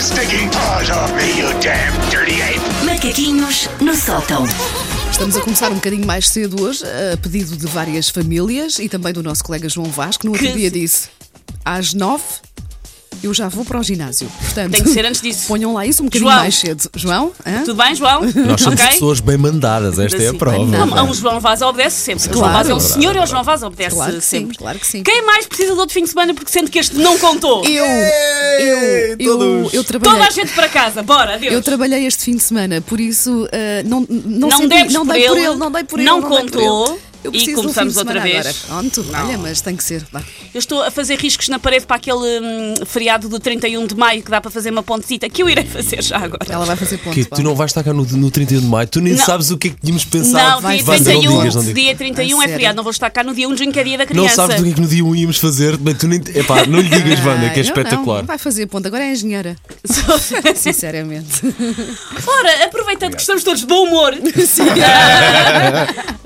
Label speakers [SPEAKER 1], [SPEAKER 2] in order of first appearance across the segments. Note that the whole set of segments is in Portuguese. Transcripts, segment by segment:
[SPEAKER 1] sticking paws off me, you damn dirty ape!
[SPEAKER 2] Macaquinhos no sótão.
[SPEAKER 3] Estamos a começar um bocadinho mais cedo hoje, a pedido de várias famílias e também do nosso colega João Vasco, que no outro
[SPEAKER 4] Que-
[SPEAKER 3] dia disse às nove. Eu já vou para o ginásio. Portanto,
[SPEAKER 4] Tem que ser antes disso.
[SPEAKER 3] Ponham lá isso um bocadinho
[SPEAKER 4] João.
[SPEAKER 3] mais cedo. João? hã?
[SPEAKER 4] Tudo bem, João?
[SPEAKER 5] Nós somos
[SPEAKER 4] Ok?
[SPEAKER 5] pessoas bem mandadas, esta é a
[SPEAKER 4] Assim.
[SPEAKER 5] prova.
[SPEAKER 4] Não, um João Vaz obedece sempre. O João
[SPEAKER 3] Claro.
[SPEAKER 4] Vaz é um senhor e o João Vaz obedece
[SPEAKER 3] Claro que sim,
[SPEAKER 4] sempre.
[SPEAKER 3] claro que sim.
[SPEAKER 4] Quem mais precisa de outro fim de semana porque sente que este não contou?
[SPEAKER 3] Eu, eu, eu, eu trabalhei.
[SPEAKER 4] Toda a gente para casa, bora, adeus.
[SPEAKER 3] Eu trabalhei este fim de semana, por isso eh, não, não,
[SPEAKER 4] Não
[SPEAKER 3] senti-
[SPEAKER 4] deves
[SPEAKER 3] não
[SPEAKER 4] por
[SPEAKER 3] dei por
[SPEAKER 4] ele,
[SPEAKER 3] ele, não dei por ele.
[SPEAKER 4] não
[SPEAKER 3] dei por
[SPEAKER 4] contou,
[SPEAKER 3] ele. Eu
[SPEAKER 4] e
[SPEAKER 3] preciso de um
[SPEAKER 4] começamos
[SPEAKER 3] fim de
[SPEAKER 4] outra
[SPEAKER 3] semana
[SPEAKER 4] vez.
[SPEAKER 3] Agora. Pronto, olha, mas tem que ser. vá.
[SPEAKER 4] Eu estou a fazer riscos na parede para aquele hum, feriado do 31 de maio que dá para fazer uma pontecita, que eu irei fazer já agora.
[SPEAKER 3] Ela vai fazer ponto.
[SPEAKER 5] Que
[SPEAKER 3] vá.
[SPEAKER 5] tu não vais estar cá no, no 31 de maio, tu nem
[SPEAKER 4] Não.
[SPEAKER 5] sabes o que é que tínhamos pensado.
[SPEAKER 4] Não,
[SPEAKER 3] vai,
[SPEAKER 4] dia
[SPEAKER 3] vai, não
[SPEAKER 4] 31,
[SPEAKER 3] digas, não
[SPEAKER 5] digas.
[SPEAKER 4] dia 31
[SPEAKER 3] A
[SPEAKER 4] é
[SPEAKER 3] sério.
[SPEAKER 4] feriado, não vou estar cá no dia 1 de junho, que é dia da
[SPEAKER 5] Não
[SPEAKER 4] um criança.
[SPEAKER 5] sabes o que é que no dia 1 íamos fazer, bem, tu nem, epá, não lhe digas, Wanda, que é
[SPEAKER 3] Ah, não,
[SPEAKER 5] espetacular.
[SPEAKER 3] Não, vai fazer ponto, agora é engenheira, sinceramente.
[SPEAKER 4] Ora, aproveitando que estamos todos de bom humor,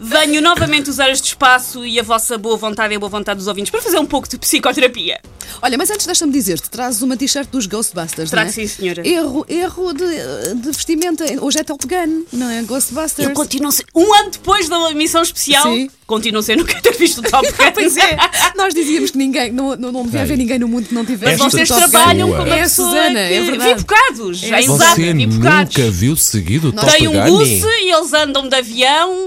[SPEAKER 4] venho novamente usar este espaço e a vossa boa vontade e a boa vontade dos ouvintes para fazer um pouco de psicoterapia.
[SPEAKER 3] Olha, mas antes deixa-me dizer-te, trazes uma t-shirt dos Ghostbusters,
[SPEAKER 4] Trago,
[SPEAKER 3] não é?
[SPEAKER 4] sim, senhora.
[SPEAKER 3] Erro, erro de, de vestimenta. Hoje é Top Gun, não é? Ghostbusters.
[SPEAKER 4] Eu continuo a ser, um ano depois da emissão especial,
[SPEAKER 3] Sim.
[SPEAKER 4] continuo sem nunca ter visto o Top Gun.
[SPEAKER 3] Pois é, nós dizíamos que ninguém, não, não, não devia
[SPEAKER 5] Ai.
[SPEAKER 3] haver ninguém no mundo que não tivesse.
[SPEAKER 5] Mas
[SPEAKER 4] Vocês
[SPEAKER 5] Esta
[SPEAKER 3] Top Gun.
[SPEAKER 4] trabalham com uma
[SPEAKER 5] pessoa.
[SPEAKER 3] É a
[SPEAKER 4] pessoa
[SPEAKER 3] Susana,
[SPEAKER 4] que
[SPEAKER 3] é
[SPEAKER 4] vi
[SPEAKER 3] verdade.
[SPEAKER 4] bocados, já
[SPEAKER 3] É
[SPEAKER 4] em
[SPEAKER 3] a
[SPEAKER 4] Zap,
[SPEAKER 5] Você
[SPEAKER 4] vi bocados.
[SPEAKER 5] nunca viu seguido o Top
[SPEAKER 4] Tem um
[SPEAKER 5] Gun?
[SPEAKER 4] buce e eles andam de avião.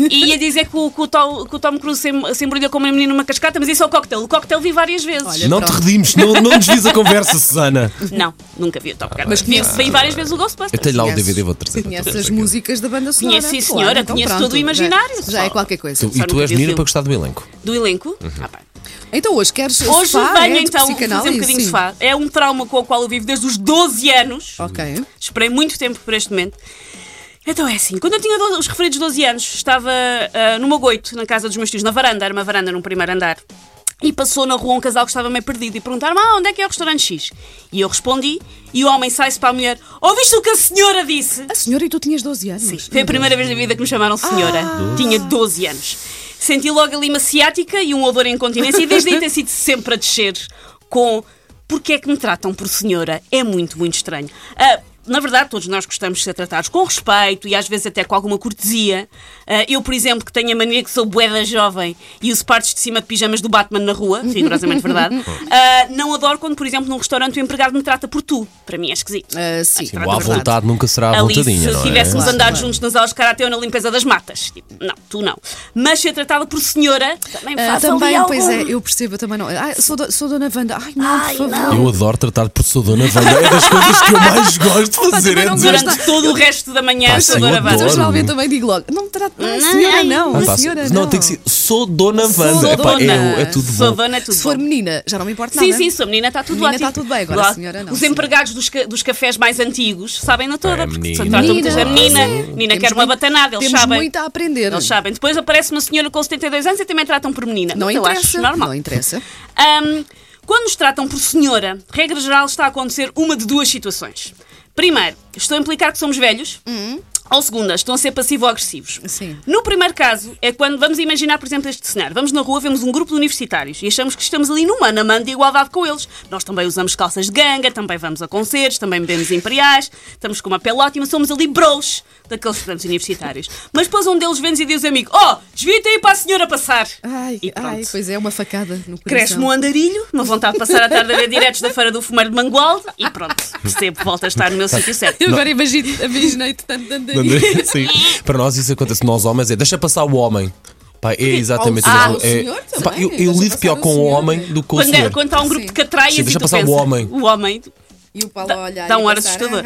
[SPEAKER 4] E ia dizer que o, que o Tom, que o Tom Cruise se, em- se embrulhou com uma menina numa cascata, mas isso é o cocktail. O cocktail vi várias vezes.
[SPEAKER 3] Olha,
[SPEAKER 5] Não te
[SPEAKER 3] Pronto.
[SPEAKER 5] redimos, não, não desvies a conversa, Susana.
[SPEAKER 4] Não, nunca vi o Top Gun. Mas conheço bem várias vezes o
[SPEAKER 5] Eu
[SPEAKER 4] Ghostbusters.
[SPEAKER 5] tenho lá o
[SPEAKER 3] Conheces-
[SPEAKER 5] DVD, vou trazer. vou
[SPEAKER 3] Conheces
[SPEAKER 5] trazer
[SPEAKER 3] as
[SPEAKER 5] aqui.
[SPEAKER 3] músicas da banda sonora.
[SPEAKER 4] Conheço, sim, senhora, conheço todo o
[SPEAKER 3] já-
[SPEAKER 4] imaginário,
[SPEAKER 3] Já,
[SPEAKER 4] pessoal.
[SPEAKER 3] é qualquer coisa.
[SPEAKER 5] Tu-
[SPEAKER 4] Só
[SPEAKER 5] e tu
[SPEAKER 4] nunca
[SPEAKER 5] és
[SPEAKER 4] vi o
[SPEAKER 5] menina
[SPEAKER 4] filme.
[SPEAKER 5] para gostar do elenco.
[SPEAKER 4] Do elenco?
[SPEAKER 5] Uhum.
[SPEAKER 4] Ah, pá.
[SPEAKER 3] Então hoje queres
[SPEAKER 4] Hoje
[SPEAKER 3] spa,
[SPEAKER 4] venho
[SPEAKER 3] é, de
[SPEAKER 4] então fazer
[SPEAKER 3] psicanálise?
[SPEAKER 4] um bocadinho de
[SPEAKER 3] Sim.
[SPEAKER 4] fá. É um trauma com o qual eu vivo desde os 12 anos.
[SPEAKER 3] Ok.
[SPEAKER 4] Esperei muito tempo por este momento. Então é assim, quando eu tinha 12 os referidos 12 anos, estava ah, numa goito, na casa dos meus tios, na varanda, era uma varanda num primeiro andar, e passou na rua um casal que estava meio perdido e perguntaram-me, ah, onde é que é o restaurante X? E eu respondi, e o homem sai-se para a mulher, ouviste o que a senhora disse?
[SPEAKER 3] A senhora e tu tinhas 12 anos.
[SPEAKER 4] Sim, foi a primeira vez na vida que me chamaram senhora. Tinha 12 anos. Senti logo ali uma ciática e um odor à incontinência e desde aí tem sido sempre a descer com porque é que me tratam por senhora. É muito, muito estranho. Ah, na verdade, todos nós gostamos de ser tratados com respeito e às vezes até com alguma cortesia. Ah, eu, por exemplo, que tenho a mania que sou boeda jovem e uso partes de cima de pijamas do Batman na rua, rigorosamente verdade, ah, não adoro quando, por exemplo, num restaurante o empregado me trata por tu. Para mim é esquisito.
[SPEAKER 3] Ah, sim.
[SPEAKER 5] O tá à
[SPEAKER 3] verdade.
[SPEAKER 5] vontade nunca será à
[SPEAKER 4] Ali,
[SPEAKER 5] vontadinha,
[SPEAKER 4] se
[SPEAKER 5] não é?
[SPEAKER 4] tivéssemos
[SPEAKER 3] Claro,
[SPEAKER 4] andado
[SPEAKER 3] claro.
[SPEAKER 4] juntos nas aulas de karatê ou na limpeza das matas. Tipo, não, tu não. Mas ser tratada por senhora também
[SPEAKER 3] Ah,
[SPEAKER 4] faz
[SPEAKER 3] também,
[SPEAKER 4] ali
[SPEAKER 3] pois
[SPEAKER 4] algum-
[SPEAKER 3] é, eu percebo, eu também não. Ai, sou, do, sou Dona Wanda. Ai, não, por favor.
[SPEAKER 5] Eu adoro tratar por sua dona Wanda. É das coisas que eu mais gosto de fazer.
[SPEAKER 3] também
[SPEAKER 5] É
[SPEAKER 3] não
[SPEAKER 5] dizer,
[SPEAKER 4] Durante
[SPEAKER 3] gosto.
[SPEAKER 4] todo o resto da manhã,
[SPEAKER 5] Pá,
[SPEAKER 4] sou
[SPEAKER 5] sim, eu
[SPEAKER 4] Dora
[SPEAKER 5] adoro.
[SPEAKER 3] Mas eu
[SPEAKER 4] Vanda.
[SPEAKER 3] geralmente também digo logo. Não me trata. Não, é,
[SPEAKER 4] Não,
[SPEAKER 3] senhora
[SPEAKER 4] não.
[SPEAKER 3] não.
[SPEAKER 5] Ah,
[SPEAKER 3] a
[SPEAKER 5] pá,
[SPEAKER 3] senhora
[SPEAKER 5] não,
[SPEAKER 3] não.
[SPEAKER 5] tem que ser. Sou dona
[SPEAKER 4] Sou
[SPEAKER 5] Wanda. Epá,
[SPEAKER 4] dona.
[SPEAKER 5] é, é tudo
[SPEAKER 4] Sou
[SPEAKER 5] bom.
[SPEAKER 4] dona, é tudo
[SPEAKER 3] Se for
[SPEAKER 4] bom.
[SPEAKER 3] menina, já não me importa
[SPEAKER 4] Sim,
[SPEAKER 3] nada.
[SPEAKER 4] sim, sua menina está tudo
[SPEAKER 3] Menina
[SPEAKER 4] ótimo.
[SPEAKER 3] está tudo bem, agora
[SPEAKER 4] Lá-
[SPEAKER 3] a senhora não,
[SPEAKER 4] Os
[SPEAKER 3] sim.
[SPEAKER 4] empregados dos, ca- dos cafés mais antigos sabem-na toda,
[SPEAKER 5] É,
[SPEAKER 4] porque
[SPEAKER 5] menina.
[SPEAKER 4] só tratam
[SPEAKER 5] Menina,
[SPEAKER 4] todos a menina.
[SPEAKER 5] sim.
[SPEAKER 4] Menina
[SPEAKER 3] Temos
[SPEAKER 4] quer uma
[SPEAKER 3] muito-
[SPEAKER 4] batanada, eles
[SPEAKER 3] Temos
[SPEAKER 4] sabem.
[SPEAKER 3] muito a aprender.
[SPEAKER 4] Eles sabem. Depois aparece uma senhora com 72 anos e também tratam por menina.
[SPEAKER 3] Não
[SPEAKER 4] Mas eu
[SPEAKER 3] interessa.
[SPEAKER 4] acho normal.
[SPEAKER 3] Não interessa.
[SPEAKER 4] Ahm, quando nos tratam por senhora, regra geral está a acontecer uma de duas situações. Primeiro, estou a implicar que somos velhos. Ou segunda, estão a ser passivo-agressivos.
[SPEAKER 3] Hum. Sim.
[SPEAKER 4] No primeiro caso, é quando vamos imaginar, por exemplo, este cenário. Vamos na rua, vemos um grupo de universitários e achamos que estamos ali numa anamã de igualdade com eles. Nós também usamos calças de ganga, também vamos a concertos, também bebemos imperiais, estamos com uma pele ótima, somos ali bros daqueles estudantes universitários. Mas depois um deles vem-nos e diz, amigo, oh, desvia aí para a senhora passar.
[SPEAKER 3] Ai,
[SPEAKER 4] e pronto.
[SPEAKER 3] ai, pois é, uma facada no coração.
[SPEAKER 4] Cresce-me um andarilho, uma vontade de passar a tarde a ver diretos da Feira do Fumeiro de Mangualde e pronto, percebo, volta a estar no meu
[SPEAKER 5] Tá.
[SPEAKER 4] sítio certo.
[SPEAKER 3] Eu agora imagino, imaginei-te tanto, tanto.
[SPEAKER 5] Sim. Para nós isso acontece, nós homens, é deixa passar o homem. Pá, é exatamente
[SPEAKER 3] Ah,
[SPEAKER 5] a
[SPEAKER 3] o
[SPEAKER 5] mesma- é-
[SPEAKER 3] senhor também,
[SPEAKER 5] Pá, eu, eu
[SPEAKER 3] deixa
[SPEAKER 5] lido
[SPEAKER 3] passar
[SPEAKER 5] pior
[SPEAKER 3] o
[SPEAKER 5] com o
[SPEAKER 3] senhor.
[SPEAKER 5] homem do que com o
[SPEAKER 4] Quando, é,
[SPEAKER 5] senhor.
[SPEAKER 4] quando há um grupo
[SPEAKER 3] Sim.
[SPEAKER 4] de catraias
[SPEAKER 5] Sim,
[SPEAKER 4] e
[SPEAKER 5] deixa
[SPEAKER 4] tu
[SPEAKER 5] passar o
[SPEAKER 4] pensas,
[SPEAKER 5] homem.
[SPEAKER 4] O homem,
[SPEAKER 3] E "Ah, o Paulo olha. é?
[SPEAKER 4] dá um ar assustador.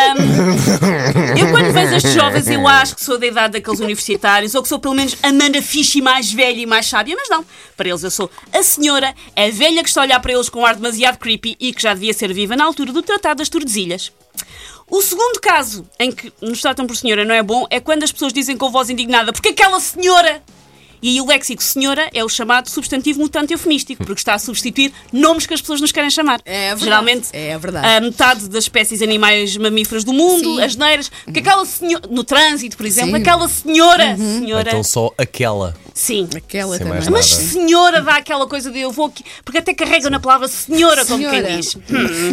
[SPEAKER 4] Ahm, eu quando vejo estes jovens, eu acho que sou da idade daqueles universitários, ou que sou pelo menos a mana fixe e mais velha e mais sábia, mas não. Para eles eu sou a senhora, a velha que está a olhar para eles com um ar demasiado creepy e que já devia ser viva na altura do Tratado das Tordesilhas. O segundo caso em que nos tratam por senhora não é bom é quando as pessoas dizem com voz indignada porque aquela senhora E aí o léxico senhora é o chamado substantivo mutante eufemístico, porque está a substituir nomes que as pessoas nos querem chamar.
[SPEAKER 3] É verdade.
[SPEAKER 4] Geralmente, ah,
[SPEAKER 3] É verdade.
[SPEAKER 4] a metade das espécies animais mamíferas do mundo,
[SPEAKER 3] Sim. Uhum.
[SPEAKER 4] as neiras, que aquela senhora, no trânsito, por exemplo,
[SPEAKER 3] Sim. Uhum.
[SPEAKER 4] aquela senhora, senhora,
[SPEAKER 5] Então só aquela.
[SPEAKER 4] sim.
[SPEAKER 3] Aquela
[SPEAKER 5] Sem
[SPEAKER 3] também.
[SPEAKER 5] é
[SPEAKER 3] é.
[SPEAKER 5] mais
[SPEAKER 4] Mas
[SPEAKER 5] nada.
[SPEAKER 4] senhora dá aquela coisa de eu vou aqui, porque até carregam na palavra senhora, como
[SPEAKER 3] Senhora.
[SPEAKER 4] quem diz.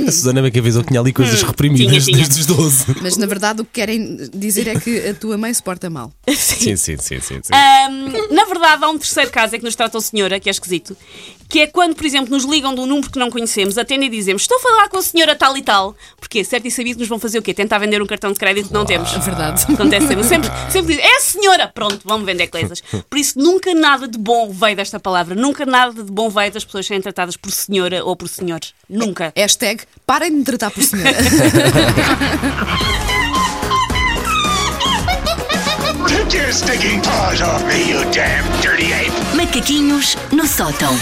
[SPEAKER 5] A Susana bem que avisou que tinha ali coisas reprimidas
[SPEAKER 4] tinha, tinha.
[SPEAKER 5] desde os 12.
[SPEAKER 3] Mas na verdade o que querem dizer é que a tua mãe se porta mal.
[SPEAKER 5] Sim, sim, sim, sim.
[SPEAKER 4] Ah,
[SPEAKER 5] sim.
[SPEAKER 4] Ahm, na verdade, há um terceiro caso é que nos tratam senhora, que é esquisito, que é quando, por exemplo, nos ligam de um número que não conhecemos, atendem e dizemos estou a falar com a senhora tal e tal. Porque certo e sabido nos vão fazer o quê? Tentar vender um cartão de crédito que não temos.
[SPEAKER 3] É verdade.
[SPEAKER 5] Ah.
[SPEAKER 4] Acontece sempre. Sempre, sempre dizem, é a senhora! Pronto, vamos vender coisas. Por isso, nunca nada de bom veio desta palavra. Nunca nada de bom veio das pessoas serem tratadas por senhora ou por senhor. Nunca.
[SPEAKER 3] Hashtag parem de me tratar por senhora.
[SPEAKER 1] Take your stinking paws off me, you damn dirty ape!
[SPEAKER 2] Macaquinhos no sótão.